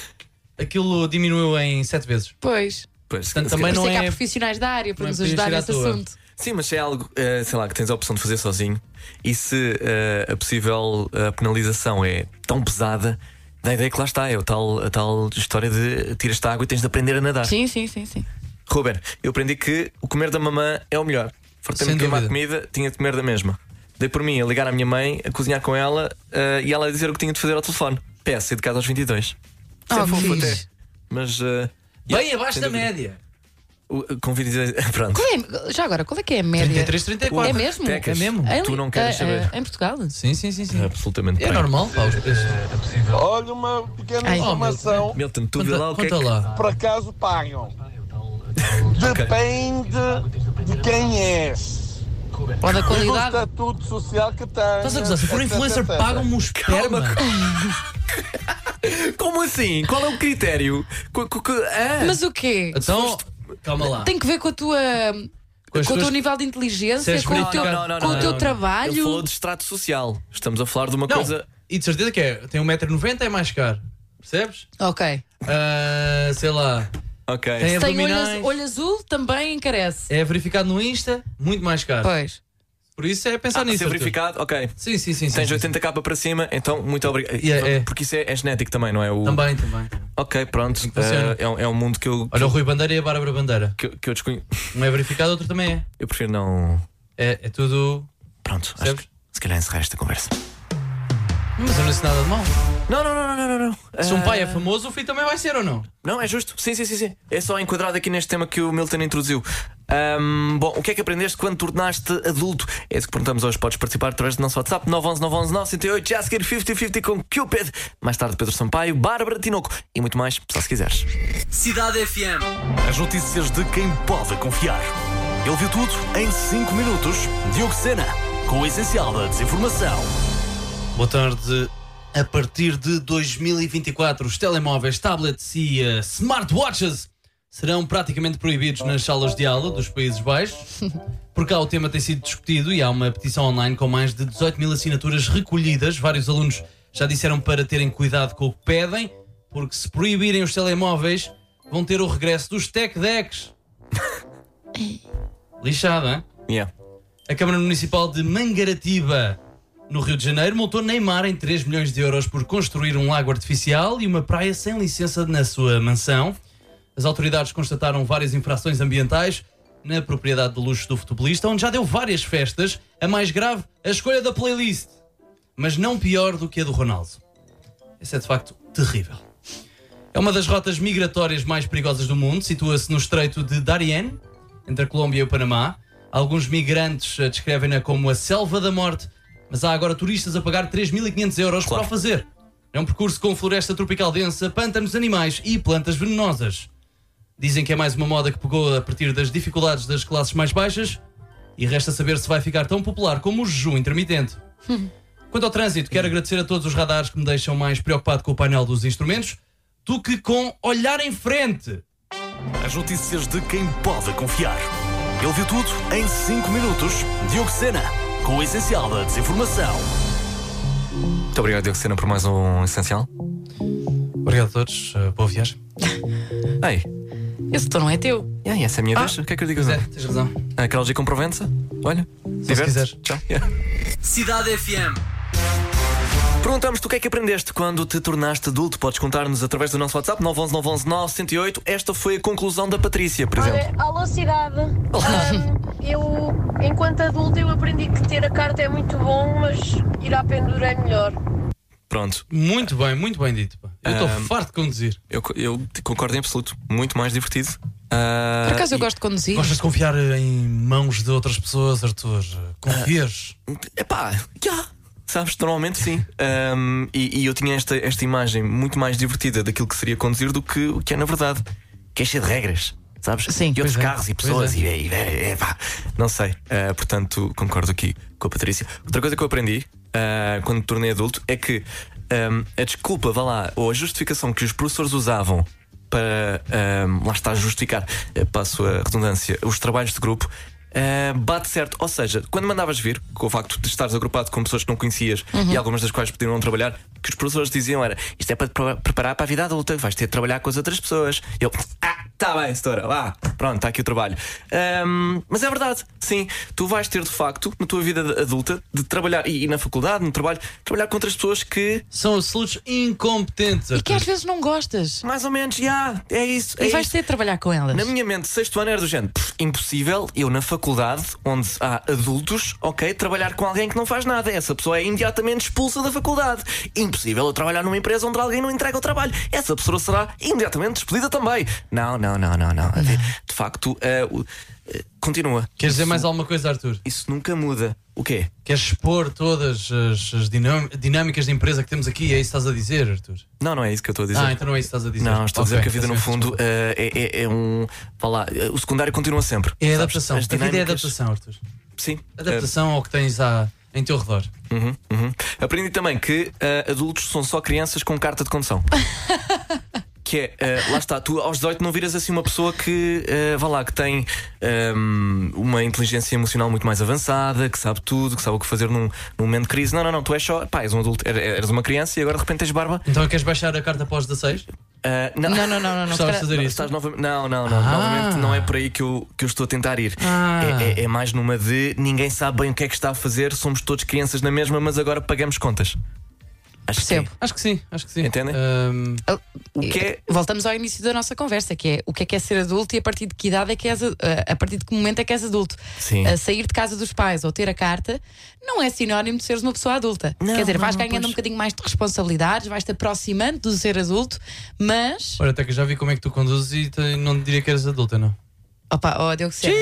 [SPEAKER 5] aquilo diminuiu em sete vezes.
[SPEAKER 3] Pois.
[SPEAKER 4] Pois, se
[SPEAKER 5] Portanto,
[SPEAKER 4] calhar-
[SPEAKER 5] também
[SPEAKER 3] Mas
[SPEAKER 5] não
[SPEAKER 3] sei que há
[SPEAKER 5] é-
[SPEAKER 3] profissionais da área para
[SPEAKER 5] não é
[SPEAKER 3] nos
[SPEAKER 5] para
[SPEAKER 3] ajudar
[SPEAKER 5] encher à
[SPEAKER 3] nesse
[SPEAKER 5] toa.
[SPEAKER 3] assunto.
[SPEAKER 4] Sim, mas se é algo, eh, sei lá, que tens a opção de fazer sozinho e se eh, a possível eh, penalização é tão pesada, dá a ideia que lá está, é o tal, a tal história de tiras-te a água e tens de aprender a nadar.
[SPEAKER 3] Sim, sim, sim, sim.
[SPEAKER 4] Ruben, eu aprendi que o comer da mamã é o melhor. Fartei-me
[SPEAKER 5] Sem
[SPEAKER 4] de queimar
[SPEAKER 5] dúvida.
[SPEAKER 4] comida, tinha de comer da mesma. Dei por mim a ligar à minha mãe, a cozinhar com ela eh, e ela a dizer o que tinha de fazer ao telefone. PS, de casa aos 22. Isso é
[SPEAKER 3] Oh,
[SPEAKER 4] fofo
[SPEAKER 3] fixe.
[SPEAKER 4] até. Mas. eh,
[SPEAKER 5] Bem
[SPEAKER 4] yeah,
[SPEAKER 5] abaixo
[SPEAKER 4] sem
[SPEAKER 5] da
[SPEAKER 4] dúvida.
[SPEAKER 5] média.
[SPEAKER 4] O- Com 22. Pronto.
[SPEAKER 3] Qual é- já agora, qual é que é a média?
[SPEAKER 5] 33, 34.
[SPEAKER 3] É mesmo?
[SPEAKER 4] Tecas,
[SPEAKER 5] É mesmo?
[SPEAKER 3] Em-
[SPEAKER 4] Tu não queres
[SPEAKER 3] eh, eh,
[SPEAKER 4] saber.
[SPEAKER 3] Em Portugal?
[SPEAKER 5] Sim, sim, sim. sim.
[SPEAKER 4] Absolutamente.
[SPEAKER 5] É
[SPEAKER 4] bem.
[SPEAKER 5] normal, pá, os preços.
[SPEAKER 4] É,
[SPEAKER 9] Olha uma pequena
[SPEAKER 3] Ai.
[SPEAKER 9] informação.
[SPEAKER 4] Milton, tu vê
[SPEAKER 5] Conta,
[SPEAKER 4] lá o que é
[SPEAKER 5] conta
[SPEAKER 4] que-
[SPEAKER 5] lá.
[SPEAKER 9] Por acaso pagam. Depende de quem és.
[SPEAKER 3] Ou da
[SPEAKER 9] E do
[SPEAKER 3] qualidade?
[SPEAKER 9] estatuto social que tens.
[SPEAKER 5] Estás a gozar?
[SPEAKER 4] tá
[SPEAKER 5] Se for influencer, pagam-me os esperma.
[SPEAKER 4] Como assim? Qual é o critério? Co- co- co- ah,
[SPEAKER 3] Mas o quê?
[SPEAKER 5] Então, calma lá.
[SPEAKER 3] Ah. Tem que ver com a tua. Com,
[SPEAKER 5] as
[SPEAKER 3] o teu
[SPEAKER 5] tuas-
[SPEAKER 3] nível de
[SPEAKER 5] Se
[SPEAKER 3] inteligência,
[SPEAKER 5] és
[SPEAKER 3] com o
[SPEAKER 5] bonito,
[SPEAKER 3] teu,
[SPEAKER 5] não, não,
[SPEAKER 3] com o
[SPEAKER 5] não,
[SPEAKER 3] teu
[SPEAKER 4] Ele falou
[SPEAKER 5] não.
[SPEAKER 3] trabalho.
[SPEAKER 4] de extrato social. Estamos a falar de uma
[SPEAKER 5] Não,
[SPEAKER 4] coisa.
[SPEAKER 5] e de certeza que é. Tem 1,90m é mais caro. Percebes?
[SPEAKER 3] Ok.
[SPEAKER 5] Ah, sei lá.
[SPEAKER 4] Ok.
[SPEAKER 3] Tem
[SPEAKER 5] Tem
[SPEAKER 3] olho,
[SPEAKER 5] abdominais.
[SPEAKER 3] az- olho azul, também encarece.
[SPEAKER 5] É verificado no Insta, muito mais caro.
[SPEAKER 3] Pois.
[SPEAKER 5] Por isso é pensar
[SPEAKER 4] Ah,
[SPEAKER 5] nisso.
[SPEAKER 4] ser
[SPEAKER 5] Arthur.
[SPEAKER 4] verificado, ok.
[SPEAKER 5] Sim, sim, sim. sim,
[SPEAKER 4] Tens
[SPEAKER 5] sim, sim.
[SPEAKER 4] 80 k para cima, então muito obrigado.
[SPEAKER 5] Yeah, é.
[SPEAKER 4] Porque isso é, é genético também, não é? O...
[SPEAKER 5] Também, também.
[SPEAKER 4] Ok, pronto.
[SPEAKER 5] funciona.
[SPEAKER 4] Ah, é, um, é um mundo que eu,
[SPEAKER 5] Olha o Rui Bandeira e a Bárbara Bandeira.
[SPEAKER 4] que, eu- que eu desconheço.
[SPEAKER 5] Um é verificado, outro também é.
[SPEAKER 4] Eu prefiro não.
[SPEAKER 5] É, é tudo.
[SPEAKER 4] Pronto, acho
[SPEAKER 5] Percebes?
[SPEAKER 4] que se calhar encerrar esta conversa.
[SPEAKER 5] Mas eu não sei nada de mal.
[SPEAKER 4] Não, não, não, não, não, não. não.
[SPEAKER 5] Se um
[SPEAKER 4] Ah,
[SPEAKER 5] pai é famoso, o filho também vai ser ou não?
[SPEAKER 4] Não, é justo. Sim, sim, sim, sim. É só enquadrado aqui neste tema que o Milton introduziu. Ahm, bom, o que é que aprendeste quando tornaste adulto? É isso que perguntamos hoje. Podes participar através do nosso WhatsApp 911 911 908 já a seguir 50-50 com Cupid. Mais tarde, Pedro Sampaio, Bárbara Tinoco e muito mais, só se quiseres.
[SPEAKER 1] Cidade FM. As notícias de quem pode confiar. Ele viu tudo em 5 minutos. Diogo Sena, com o essencial da desinformação.
[SPEAKER 5] Boa tarde. A partir de 2024, os telemóveis, tablets e eh, smartwatches serão praticamente proibidos nas salas de aula dos Países Baixos. Por cá o tema tem sido discutido e há uma petição online com mais de 18 mil assinaturas recolhidas. Vários alunos já disseram para terem cuidado com o que pedem, porque se proibirem os telemóveis, vão ter o regresso dos tech decks. Lixada, hein?
[SPEAKER 4] Yeah.
[SPEAKER 5] A Câmara Municipal de Mangaratiba, no Rio de Janeiro, multou Neymar em 3 milhões de euros por construir um lago artificial e uma praia sem licença na sua mansão. As autoridades constataram várias infrações ambientais na propriedade de luxo do futebolista, onde já deu várias festas. A mais grave, a escolha da playlist. Mas não pior do que a do Ronaldo. Essa é de facto terrível. É uma das rotas migratórias mais perigosas do mundo. Situa-se no estreito de Darien, entre a Colômbia e o Panamá. Alguns migrantes eh, descrevem-na como a selva da morte, mas há agora turistas a pagar 3.500 euros para o fazer. É um percurso com floresta tropical densa, pântanos animais e plantas venenosas. Dizem que é mais uma moda que pegou a partir das dificuldades das classes mais baixas e resta saber se vai ficar tão popular como o jejum intermitente. Quanto ao trânsito, quero agradecer a todos os radares que me deixam mais preocupado com o painel dos instrumentos do que com olhar em frente.
[SPEAKER 1] As notícias de quem pode confiar. Ele viu tudo em 5 minutos. Diogo Sena, com o essencial da desinformação.
[SPEAKER 4] Muito obrigado, Diogo Sena, por mais um essencial.
[SPEAKER 5] Obrigado a todos, eh, boa viagem.
[SPEAKER 4] Ei,
[SPEAKER 3] Esse tom não é teu.
[SPEAKER 4] e aí, essa é a minha vez? O que é que eu digo
[SPEAKER 5] Pois é,
[SPEAKER 4] agora?
[SPEAKER 5] tens razão.
[SPEAKER 4] A Carol G com Provença? Olha,
[SPEAKER 5] Se
[SPEAKER 4] diverte-te.
[SPEAKER 5] quiseres.
[SPEAKER 4] Tchau.
[SPEAKER 1] Cidade FM.
[SPEAKER 4] Perguntamos-te o que é que aprendeste quando te tornaste adulto. Podes contar-nos através do nosso WhatsApp 911 911 908. Esta foi a conclusão da Patrícia, por exemplo.
[SPEAKER 6] Olha, alô cidade. Ahm, eu, enquanto adulta, eu aprendi que ter a carta é muito bom, mas ir à pendura é melhor.
[SPEAKER 4] Pronto,
[SPEAKER 5] Muito bem, muito bem dito. pá. Eu estou
[SPEAKER 4] Ahm.
[SPEAKER 5] farto de conduzir.
[SPEAKER 4] eu, co- eu te concordo em absoluto. Muito mais divertido. Ah,
[SPEAKER 3] Por acaso eu
[SPEAKER 4] e-
[SPEAKER 3] gosto de conduzir.
[SPEAKER 5] Gostas de confiar eh, em mãos de outras pessoas, Arthur? Eh, Confias?
[SPEAKER 4] Epá, já. Sabes, normalmente sim. Ahm, e, e eu tinha esta, esta imagem muito mais divertida daquilo que seria conduzir do que o que é na verdade. Que é cheio de regras, sabes?
[SPEAKER 3] Sim,
[SPEAKER 4] e outros
[SPEAKER 5] pois é,
[SPEAKER 4] carros e
[SPEAKER 5] pois
[SPEAKER 4] pessoas
[SPEAKER 5] é.
[SPEAKER 4] e, e- e- e- pá. Não sei. Ah, portanto, concordo aqui com a Patrícia. Outra coisa que eu aprendi ah, quando me tornei adulto é que ahm, a desculpa, vá lá, ou a justificação que os professores usavam para ahm, lá está justificar, eh, passo a redundância, os trabalhos de grupo. ah, bate certo, ou seja, quando mandavas vir, com o facto de estares agrupado com pessoas que não conhecias e algumas das quais podiam não trabalhar, o que os professores diziam era isto é para te pre- preparar para a vida adulta, vais ter de trabalhar com as outras pessoas. Eu, ah, Tá bem, setora, vá. Pronto, está aqui o trabalho. Ahm, mas é verdade, sim. Tu vais ter de facto, na tua vida de- adulta, de trabalhar e, e na faculdade, no trabalho, trabalhar com outras pessoas que,
[SPEAKER 5] São absolutos incompetentes,
[SPEAKER 3] E que
[SPEAKER 5] Arthur.
[SPEAKER 3] às vezes não gostas.
[SPEAKER 4] mais ou menos, já, é isso. É
[SPEAKER 3] E vais
[SPEAKER 4] isso.
[SPEAKER 3] ter de trabalhar com elas.
[SPEAKER 4] Na minha mente, sexto ano era do género "Pff, impossível eu na faculdade, onde há adultos, ok, trabalhar com alguém que não faz nada. Essa pessoa é imediatamente expulsa da faculdade. Impossível eu trabalhar numa empresa onde alguém não entrega o trabalho. Essa pessoa será imediatamente despedida também. Não, não, não, não, não. De facto, eh, o- eh, continua.
[SPEAKER 5] Queres dizer mais alguma coisa, Arthur?
[SPEAKER 4] Isso nunca muda. O quê?
[SPEAKER 5] Queres expor todas as, as dinam- dinâmicas de empresa que temos aqui? É isso que estás a dizer, Arthur?
[SPEAKER 4] Não, não é isso que eu estou a dizer.
[SPEAKER 5] Ah, então não é isso que estás a dizer.
[SPEAKER 4] Não, estou a dizer
[SPEAKER 5] Ok,
[SPEAKER 4] que a vida, no
[SPEAKER 5] peço
[SPEAKER 4] fundo, eh, é, é- é um. Vá lá, eh, o secundário continua sempre.
[SPEAKER 5] É
[SPEAKER 4] Sabes?
[SPEAKER 5] adaptação.
[SPEAKER 4] As
[SPEAKER 5] A vida é
[SPEAKER 4] dinâmicas-
[SPEAKER 5] adaptação, Arthur.
[SPEAKER 4] Sim. eh,
[SPEAKER 5] Adaptação ao que tens à, em teu redor.
[SPEAKER 4] Uhum, uhum. Aprendi também que ah, adultos são só crianças com carta de condução. que é, ah, lá está, tu aos 18 não viras assim uma pessoa que, ah, vá lá, que tem ahm, uma inteligência emocional muito mais avançada, que sabe tudo, que sabe o que fazer num, num momento de crise. Não, não, não, tu és só, pá, és um adulto, er- eras uma criança e agora de repente tens barba.
[SPEAKER 5] Então queres baixar a carta após 16?
[SPEAKER 4] Ah, não.
[SPEAKER 3] Não, não, não, não. não.
[SPEAKER 5] Gostavas de
[SPEAKER 3] Se calhar-
[SPEAKER 5] fazer isso?
[SPEAKER 4] Estás novamente- Não, não, não.
[SPEAKER 5] Ah.
[SPEAKER 4] Novamente não é por aí que eu, que eu estou a tentar ir.
[SPEAKER 5] Ah.
[SPEAKER 4] É, é- é mais numa de ninguém sabe bem o que é que está a fazer, somos todos crianças na mesma, mas agora pagamos contas. Acho que
[SPEAKER 3] Percebo.
[SPEAKER 5] Acho que sim, acho que sim.
[SPEAKER 4] Entendem?
[SPEAKER 5] Ahm,
[SPEAKER 4] O que é-
[SPEAKER 3] Voltamos ao início da nossa conversa, que é o que é que é ser adulto e a partir de que idade é que és a, a partir de que momento é que és adulto.
[SPEAKER 4] Sim.
[SPEAKER 3] A sair de casa dos pais ou ter a carta não é sinónimo de seres uma pessoa adulta.
[SPEAKER 4] Não,
[SPEAKER 3] Quer dizer,
[SPEAKER 4] não,
[SPEAKER 3] vais
[SPEAKER 4] não,
[SPEAKER 3] ganhando
[SPEAKER 4] pois.
[SPEAKER 3] um bocadinho mais de responsabilidades, vais-te aproximando do ser adulto, mas
[SPEAKER 5] Olha, até que eu já vi como é que tu conduzes e te- não te diria que eras adulta, não.
[SPEAKER 3] opa, oh, ó, deu que ser.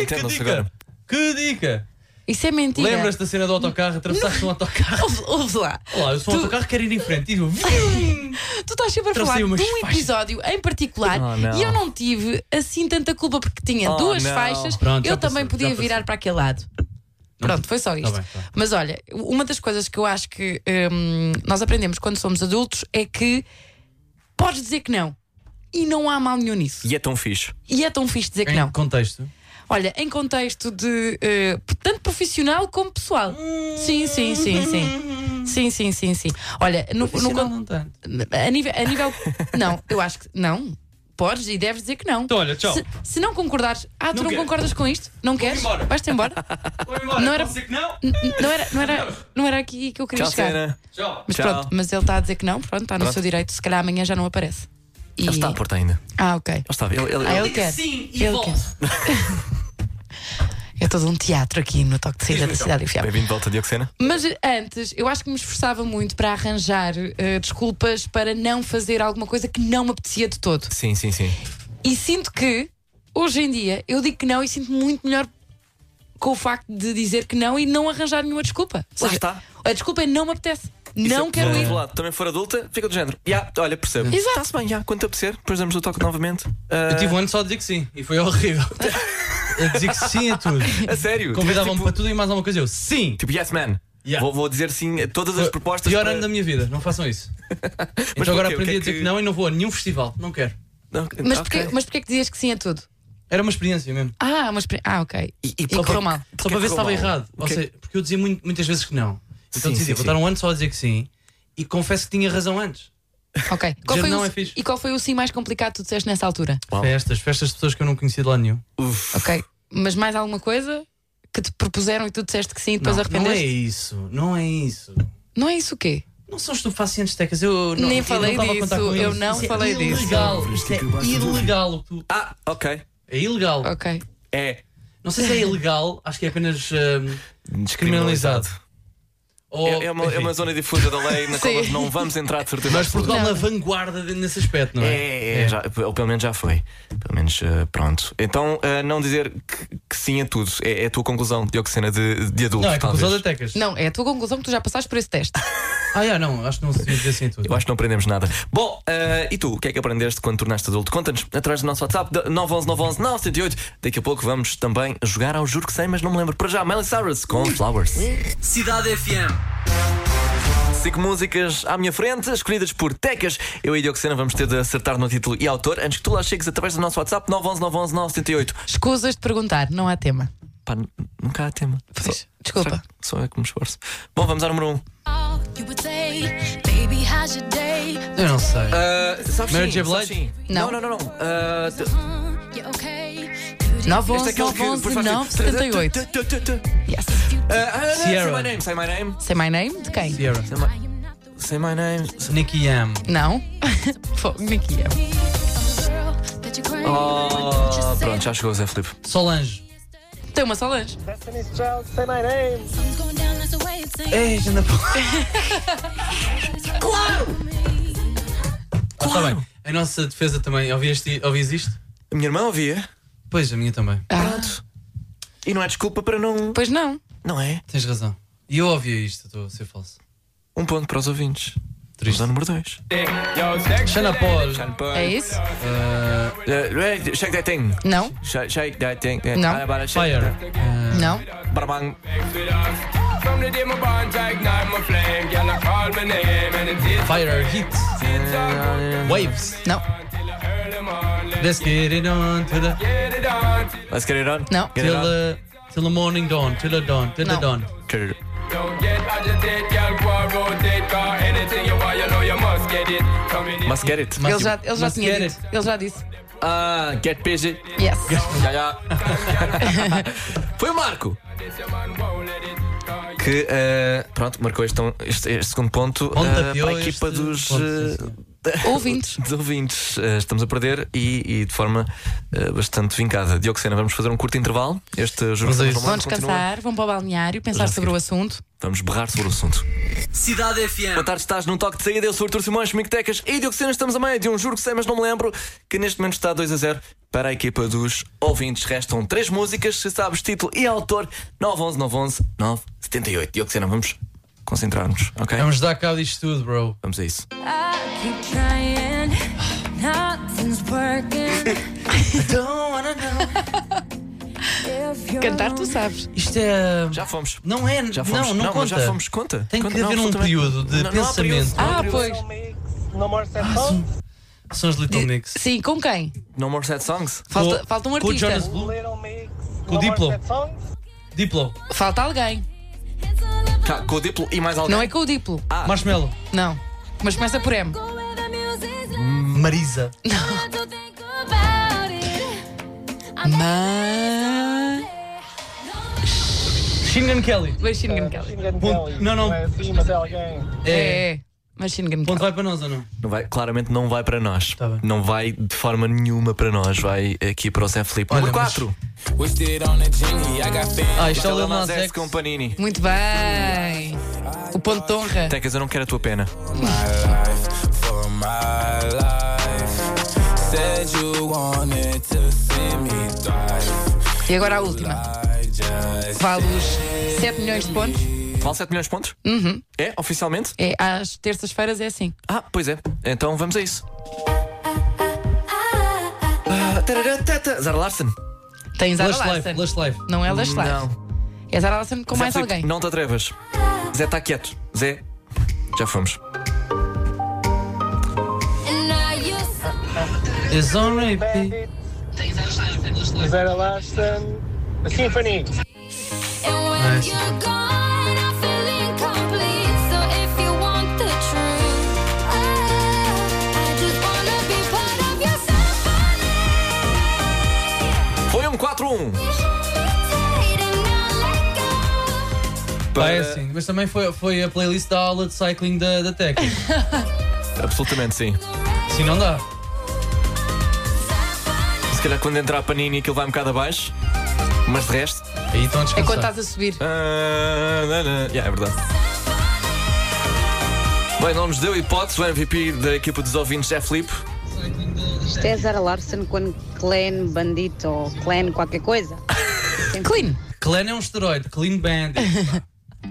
[SPEAKER 4] Entendam-se agora.
[SPEAKER 5] Que dica!
[SPEAKER 3] Isso é mentira.
[SPEAKER 5] Lembras da cena do autocarro? Atravessaste um autocarro.
[SPEAKER 3] Ouve, ouve lá.
[SPEAKER 5] Olá, eu sou um
[SPEAKER 3] Tu-
[SPEAKER 5] autocarro que quero ir em frente. E eu-
[SPEAKER 3] Tu estás sempre a
[SPEAKER 5] Trouxe
[SPEAKER 3] falar de
[SPEAKER 5] aí
[SPEAKER 3] um
[SPEAKER 5] umas faixas.
[SPEAKER 3] episódio em particular
[SPEAKER 4] Oh, não.
[SPEAKER 3] e eu não tive assim tanta culpa porque tinha
[SPEAKER 4] Oh,
[SPEAKER 3] duas
[SPEAKER 4] não.
[SPEAKER 3] faixas,
[SPEAKER 5] Pronto,
[SPEAKER 3] eu
[SPEAKER 5] já
[SPEAKER 3] também
[SPEAKER 5] passou,
[SPEAKER 3] podia
[SPEAKER 5] já
[SPEAKER 3] virar
[SPEAKER 5] passou.
[SPEAKER 3] para aquele lado. Pronto, foi só isto.
[SPEAKER 5] bem, tá.
[SPEAKER 3] Mas olha, uma das coisas que eu acho que hum, nós aprendemos quando somos adultos é que podes dizer que não. E não há mal nenhum nisso.
[SPEAKER 4] E é tão fixe.
[SPEAKER 3] E é tão fixe dizer que
[SPEAKER 5] Em
[SPEAKER 3] não.
[SPEAKER 5] contexto.
[SPEAKER 3] Olha, em contexto de eh, tanto profissional como pessoal. Sim, sim, sim, sim. Sim, sim, sim, sim. Olha, no, no,
[SPEAKER 5] Profissional
[SPEAKER 3] con-
[SPEAKER 5] não tanto.
[SPEAKER 3] a nível. A nível não, eu acho que. Não. Podes e deves dizer que não.
[SPEAKER 5] Então, olha, tchau.
[SPEAKER 3] Se, se não concordares. Ah, tu
[SPEAKER 5] Não
[SPEAKER 3] não,
[SPEAKER 5] quero.
[SPEAKER 3] concordas com isto? Não queres?
[SPEAKER 5] embora.
[SPEAKER 3] Vais-te embora?
[SPEAKER 5] Vou embora,
[SPEAKER 3] Ah, Não era-
[SPEAKER 5] posso dizer que não?
[SPEAKER 3] N- n- não, era, não, era, não era aqui que eu queria
[SPEAKER 4] Tchau,
[SPEAKER 3] chegar.
[SPEAKER 4] Sena.
[SPEAKER 5] Tchau.
[SPEAKER 3] Mas
[SPEAKER 4] Tchau.
[SPEAKER 3] pronto, mas ele está a dizer que não, pronto, está no
[SPEAKER 4] Pronto.
[SPEAKER 3] seu direito. Se calhar amanhã já não aparece. E-
[SPEAKER 4] Ele está à porta ainda. Ele
[SPEAKER 3] Ah, ok.
[SPEAKER 4] está. Ele, ele-
[SPEAKER 3] Ah,
[SPEAKER 4] ele-
[SPEAKER 3] ele quer.
[SPEAKER 5] Sim, e
[SPEAKER 3] ele
[SPEAKER 5] volto.
[SPEAKER 3] quer. Eu todo um teatro aqui no toque de saída
[SPEAKER 4] então.
[SPEAKER 3] da cidade infiel.
[SPEAKER 1] Bem-vindo de volta, Diogo Sena.
[SPEAKER 3] Mas eh, antes, eu acho que me esforçava muito para arranjar eh, desculpas para não fazer alguma coisa que não me apetecia de todo.
[SPEAKER 1] Sim, sim, sim.
[SPEAKER 3] E sinto que, hoje em dia, eu digo que não e sinto muito melhor com o facto de dizer que não e não arranjar nenhuma desculpa. Ou
[SPEAKER 4] Lá
[SPEAKER 3] seja,
[SPEAKER 4] está.
[SPEAKER 3] A desculpa é não me apetece.
[SPEAKER 4] E se
[SPEAKER 3] não
[SPEAKER 4] eu-
[SPEAKER 3] quero
[SPEAKER 4] do
[SPEAKER 3] ir.
[SPEAKER 4] outro lado também for adulta, fica do género. Já, olha, percebo.
[SPEAKER 3] Exato.
[SPEAKER 4] Está-se bem, já. Quando te apetecer, depois damos o toque novamente. Ah,
[SPEAKER 5] Eu tive um ano só a dizer que sim e foi horrível. a dizer que sim a tudo.
[SPEAKER 4] Ah, A sério?
[SPEAKER 5] Convidavam-me
[SPEAKER 4] tipo,
[SPEAKER 5] um para tudo e mais alguma coisa. Eu, sim!
[SPEAKER 4] tipo, yes, man.
[SPEAKER 5] Yeah.
[SPEAKER 4] Vou, vou dizer sim a todas as propostas.
[SPEAKER 5] Pior
[SPEAKER 4] para-
[SPEAKER 5] ano da minha vida, não façam isso.
[SPEAKER 4] Mas
[SPEAKER 5] então agora
[SPEAKER 4] porquê? O
[SPEAKER 5] aprendi
[SPEAKER 4] que é
[SPEAKER 5] a dizer que...
[SPEAKER 4] que-
[SPEAKER 5] não e não vou a nenhum festival. Não quero.
[SPEAKER 4] Não,
[SPEAKER 3] Mas,
[SPEAKER 4] ok.
[SPEAKER 3] porquê, mas porquê é que dizias que sim a tudo?
[SPEAKER 5] Era uma experiência mesmo.
[SPEAKER 3] Ah, mas. pre- Ah, ok.
[SPEAKER 4] E, e
[SPEAKER 3] E correu mal.
[SPEAKER 4] é
[SPEAKER 5] Só para ver se estava errado. Ou
[SPEAKER 4] Porquê?
[SPEAKER 5] seja, porque eu dizia muito- muitas vezes que não.
[SPEAKER 4] é
[SPEAKER 5] Então
[SPEAKER 4] Sim,
[SPEAKER 5] decidi,
[SPEAKER 4] sim,
[SPEAKER 5] vou
[SPEAKER 4] sim.
[SPEAKER 5] estar um ano só a dizer que sim e confesso que tinha razão antes.
[SPEAKER 3] Ok. Qual foi
[SPEAKER 5] não
[SPEAKER 3] o-
[SPEAKER 5] é fixe.
[SPEAKER 3] E qual foi o sim mais complicado que tu disseste nessa altura?
[SPEAKER 4] Uau.
[SPEAKER 5] Festas, festas de pessoas que eu não conhecia de lá nenhum.
[SPEAKER 3] Ok. Mas mais alguma coisa que te propuseram e tu disseste que sim e depois
[SPEAKER 5] não, não é
[SPEAKER 3] arrependeste?
[SPEAKER 5] isso, não é isso.
[SPEAKER 3] Não é, isso o quê?
[SPEAKER 5] Não são estupefacientes tecas, eu não
[SPEAKER 3] Nem
[SPEAKER 5] eu
[SPEAKER 3] falei
[SPEAKER 5] não estava a contar
[SPEAKER 3] disso,
[SPEAKER 5] com
[SPEAKER 3] eu
[SPEAKER 5] isso.
[SPEAKER 3] não
[SPEAKER 5] Isso
[SPEAKER 3] falei
[SPEAKER 5] é
[SPEAKER 3] disto.
[SPEAKER 5] ilegal. Isto é ilegal. o que tu-
[SPEAKER 4] Ah, ok.
[SPEAKER 5] É ilegal.
[SPEAKER 3] Ok.
[SPEAKER 4] É.
[SPEAKER 5] Não sei se é ilegal, acho que é apenas hum, descriminalizado. Ou,
[SPEAKER 4] É, é uma, é uma
[SPEAKER 5] enfim.
[SPEAKER 4] zona difusa da lei na qual
[SPEAKER 3] Sim.
[SPEAKER 4] nós não vamos entrar de certeza.
[SPEAKER 5] Mas Portugal
[SPEAKER 3] Não.
[SPEAKER 5] na vanguarda de- nesse aspecto, não
[SPEAKER 4] É,
[SPEAKER 5] é?
[SPEAKER 4] é, é, já- ou pelo menos já foi. Pelo menos eh, pronto. Então, eh, não dizer que, que sim a tudo. É, é a tua conclusão, Diogo Sena, de, de adulto.
[SPEAKER 5] Não, é conclusão da
[SPEAKER 4] talvez.
[SPEAKER 5] Tecas.
[SPEAKER 3] Não, é a tua conclusão que tu já passaste por esse teste.
[SPEAKER 5] Ah, já, não, acho que não se devia dizer assim tudo.
[SPEAKER 4] Eu acho que não aprendemos nada. Bom, eh, e tu, o que é que aprendeste quando tornaste adulto? Conta-nos através do nosso WhatsApp, de- 911 911 978. Daqui a pouco vamos também jogar ao Juro que Sei, mas não me lembro. Para já, Miley Cyrus com Flowers.
[SPEAKER 1] Cidade FM.
[SPEAKER 4] Cinco músicas à minha frente, escolhidas por Tecas. Eu e Diogo Sena vamos ter de acertar no título e autor antes que tu lá chegues através do nosso WhatsApp 911 911 978.
[SPEAKER 3] Escusas de perguntar, não há tema.
[SPEAKER 4] Pá, n- nunca há tema.
[SPEAKER 3] Pois,
[SPEAKER 4] Só-
[SPEAKER 3] desculpa.
[SPEAKER 4] será que Sou eu que me esforço. Bom, vamos ao número 1. Um.
[SPEAKER 5] Eu não sei.
[SPEAKER 4] Uh, sabes
[SPEAKER 5] Mary
[SPEAKER 4] sim,
[SPEAKER 5] J.
[SPEAKER 4] sabes
[SPEAKER 5] Blige?
[SPEAKER 4] sim.
[SPEAKER 3] Não.
[SPEAKER 4] não, não. não. Ah, tu- este é
[SPEAKER 3] 911,
[SPEAKER 4] aquele que
[SPEAKER 3] 911,
[SPEAKER 4] depois
[SPEAKER 5] é
[SPEAKER 4] faz-
[SPEAKER 3] 978.
[SPEAKER 4] Tu, tu, tu, tu, tu.
[SPEAKER 3] Yes.
[SPEAKER 4] Ah, ah, Say
[SPEAKER 5] Sierra.
[SPEAKER 4] my name, say my name.
[SPEAKER 3] Say my name? De quem?
[SPEAKER 5] Sierra.
[SPEAKER 4] Say my name.
[SPEAKER 5] Nicky Yam.
[SPEAKER 3] Não. Fogo, Niki.
[SPEAKER 4] Oh, pronto, já chegou o Zé Filipe.
[SPEAKER 5] Solange.
[SPEAKER 3] Tem uma Solange.
[SPEAKER 5] Ei, anda Claro! Está tá
[SPEAKER 4] Ah.
[SPEAKER 5] bem. A nossa defesa também. Ouviste, ouvis isto?
[SPEAKER 4] A minha irmã ouvia.
[SPEAKER 5] Pois, a minha também.
[SPEAKER 3] Ah,
[SPEAKER 4] E não há desculpa para não.
[SPEAKER 3] pois não.
[SPEAKER 4] Não é?
[SPEAKER 5] Tens razão. E eu ouvia isto, estou a ser falso.
[SPEAKER 4] Um ponto para os ouvintes. Vamos
[SPEAKER 5] Triste.
[SPEAKER 4] ao número 2.
[SPEAKER 5] Xana Paul.
[SPEAKER 3] É isso?
[SPEAKER 5] eh,
[SPEAKER 4] Shake that thing.
[SPEAKER 3] Não,
[SPEAKER 4] Sh- Shake that thing.
[SPEAKER 3] Não.
[SPEAKER 4] Ah, bora, shake
[SPEAKER 5] Fire.
[SPEAKER 4] that-
[SPEAKER 5] eh,
[SPEAKER 3] não.
[SPEAKER 4] bora, bang.
[SPEAKER 5] Fire Hit. Waves.
[SPEAKER 3] Não,
[SPEAKER 5] Let's get it on till the,
[SPEAKER 4] Let's get it on.
[SPEAKER 3] Não.
[SPEAKER 4] Get it
[SPEAKER 5] till
[SPEAKER 4] on.
[SPEAKER 5] the, till the morning dawn. Till the dawn. Till the
[SPEAKER 3] Não.
[SPEAKER 5] dawn.
[SPEAKER 4] Get it on. Must get it.
[SPEAKER 3] ele já, ele já
[SPEAKER 5] Mas
[SPEAKER 3] tinha
[SPEAKER 5] quer é
[SPEAKER 3] dito. Ele já disse.
[SPEAKER 4] Ah, get busy.
[SPEAKER 3] Yes.
[SPEAKER 4] Já, já. Foi o Marco. Que, eh, pronto, marcou este, este- este segundo ponto eh,
[SPEAKER 5] Pontapeou
[SPEAKER 4] para a equipa
[SPEAKER 5] este
[SPEAKER 4] dos,
[SPEAKER 5] ponto,
[SPEAKER 4] eh,
[SPEAKER 5] sim,
[SPEAKER 3] Ouvintes.
[SPEAKER 4] dos ouvintes. Eh, estamos a perder e, e de forma eh, bastante vincada. Diogo Sena, vamos fazer um curto intervalo. Este jogo
[SPEAKER 5] Vamos a
[SPEAKER 4] Estamos
[SPEAKER 5] isso.
[SPEAKER 4] no
[SPEAKER 3] Vão
[SPEAKER 4] Mundo continua.
[SPEAKER 3] descansar, vão para o balneário, pensar
[SPEAKER 4] Já
[SPEAKER 3] sobre o assunto.
[SPEAKER 4] Vamos berrar sobre o assunto.
[SPEAKER 1] Cidade FM.
[SPEAKER 4] Boa tarde, estás num toque de saída. Eu sou o Artur Simões, Mictecas e Diogo Sena. Estamos a meio de um juro que sei, mas não me lembro. Que neste momento está 2 a 0 para a equipa dos ouvintes. Restam três músicas. Se sabes título e autor, 911 911 978. Diogo Sena, vamos concentrar-nos, ok?
[SPEAKER 5] Vamos dar cabo disto tudo, bro.
[SPEAKER 4] Vamos a isso.
[SPEAKER 3] Cantar, tu sabes.
[SPEAKER 5] Isto é.
[SPEAKER 4] Já fomos.
[SPEAKER 5] Não é.
[SPEAKER 4] Já fomos.
[SPEAKER 5] não, não,
[SPEAKER 4] mas
[SPEAKER 5] conta.
[SPEAKER 4] Já fomos. Conta.
[SPEAKER 5] Tem que
[SPEAKER 4] Conta.
[SPEAKER 5] haver um
[SPEAKER 4] absolutamente.
[SPEAKER 5] período de
[SPEAKER 4] Não- não há período.
[SPEAKER 5] pensamento.
[SPEAKER 3] Ah, pois.
[SPEAKER 5] Ah, São os Little Mix.
[SPEAKER 3] Sim, com quem?
[SPEAKER 4] No more sad songs.
[SPEAKER 3] Falta,
[SPEAKER 5] Com-
[SPEAKER 3] falta um
[SPEAKER 5] com o Jonas
[SPEAKER 3] artista.
[SPEAKER 5] Blue. Com o Diplo. Diplo.
[SPEAKER 3] Falta alguém.
[SPEAKER 4] Cá, com o Diplo e mais alguém.
[SPEAKER 3] Não é com o Diplo.
[SPEAKER 5] Ah. Marshmallow.
[SPEAKER 3] Não. Mas começa por M.
[SPEAKER 5] Marisa.
[SPEAKER 3] Mas.
[SPEAKER 5] Shingan Kelly.
[SPEAKER 3] Beijinho, Kelly.
[SPEAKER 5] Não, não.
[SPEAKER 3] É. Machine Gun
[SPEAKER 5] O ponto
[SPEAKER 3] Kelly.
[SPEAKER 5] vai para nós ou não?
[SPEAKER 4] Não vai, claramente não vai para nós.
[SPEAKER 5] Tá bem.
[SPEAKER 4] Não vai de forma nenhuma para nós. Vai aqui para o Zé Felipe.
[SPEAKER 5] Olha,
[SPEAKER 4] Número
[SPEAKER 5] mas-
[SPEAKER 4] 4.
[SPEAKER 5] Ah, isto
[SPEAKER 3] Então
[SPEAKER 5] é o
[SPEAKER 4] Lil
[SPEAKER 5] Lil
[SPEAKER 4] Nas
[SPEAKER 5] Nas
[SPEAKER 4] X
[SPEAKER 5] X.
[SPEAKER 4] com Panini.
[SPEAKER 3] Muito bem. O ponto de honra.
[SPEAKER 4] Tecas, eu não quero a tua pena.
[SPEAKER 3] E agora a última. Vale os 7 milhões de pontos.
[SPEAKER 4] Vale 7 milhões de pontos?
[SPEAKER 3] Uhum.
[SPEAKER 4] É, oficialmente?
[SPEAKER 3] É, às terças-feiras é assim.
[SPEAKER 4] Ah, pois é. Então vamos a isso. Ah, tararatata. Zara Larson.
[SPEAKER 3] Tem Zara
[SPEAKER 5] Last
[SPEAKER 3] Larson.
[SPEAKER 5] Life, Last Life.
[SPEAKER 3] Não é Lash Life.
[SPEAKER 4] Não.
[SPEAKER 3] É Zara Larson com
[SPEAKER 4] Zé
[SPEAKER 3] mais
[SPEAKER 4] Filipe,
[SPEAKER 3] alguém.
[SPEAKER 4] Não te atrevas. Zé, está quieto. Zé, já fomos.
[SPEAKER 5] It's on repeat.
[SPEAKER 9] Zara Larson. Symphony.
[SPEAKER 4] Foi um 4-1.
[SPEAKER 5] Ah, é assim. Mas também foi, foi a playlist da aula de cycling da, da Tech.
[SPEAKER 4] Absolutamente sim.
[SPEAKER 5] Sim, não dá.
[SPEAKER 4] Se calhar quando entrar a Panini aquilo vai um bocado abaixo. Mas de resto.
[SPEAKER 5] Aí estão a
[SPEAKER 3] É quando
[SPEAKER 5] descansar.
[SPEAKER 3] estás a subir.
[SPEAKER 4] Ah, na, na. Yeah, é verdade. Bem, não nos deu hipótese o MVP da equipa dos ouvintes é Filipe.
[SPEAKER 8] Isto é Zara Larson com Clan Bandito ou Clan qualquer coisa.
[SPEAKER 3] Clean.
[SPEAKER 5] Clan é um esteroide. Clean Bandit. pá.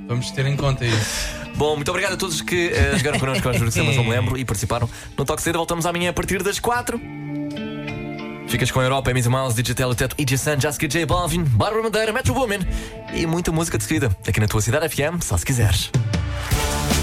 [SPEAKER 5] Vamos ter em conta isso.
[SPEAKER 4] Bom, muito obrigado a todos que eh, jogaram connosco ao Juro que Sei, mas não me lembro e participaram no Toque de Saída. Voltamos amanhã a partir das 4. Ficas com a Europa, Amy Mouse, Digital, o Teto, EJ Sun, Jessica J Balvin, Bárbara Madeira, Metro Woman e muita música de seguida. Aqui na tua cidade FM, só se quiseres.